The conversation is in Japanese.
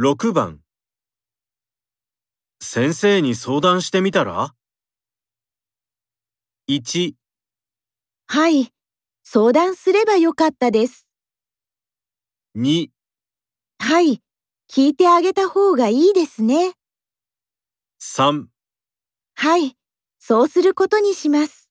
6番先生に相談してみたら ?1、はい、相談すればよかったです。 2、はい、聞いてあげた方がいいですね。 3はい、そうすることにします。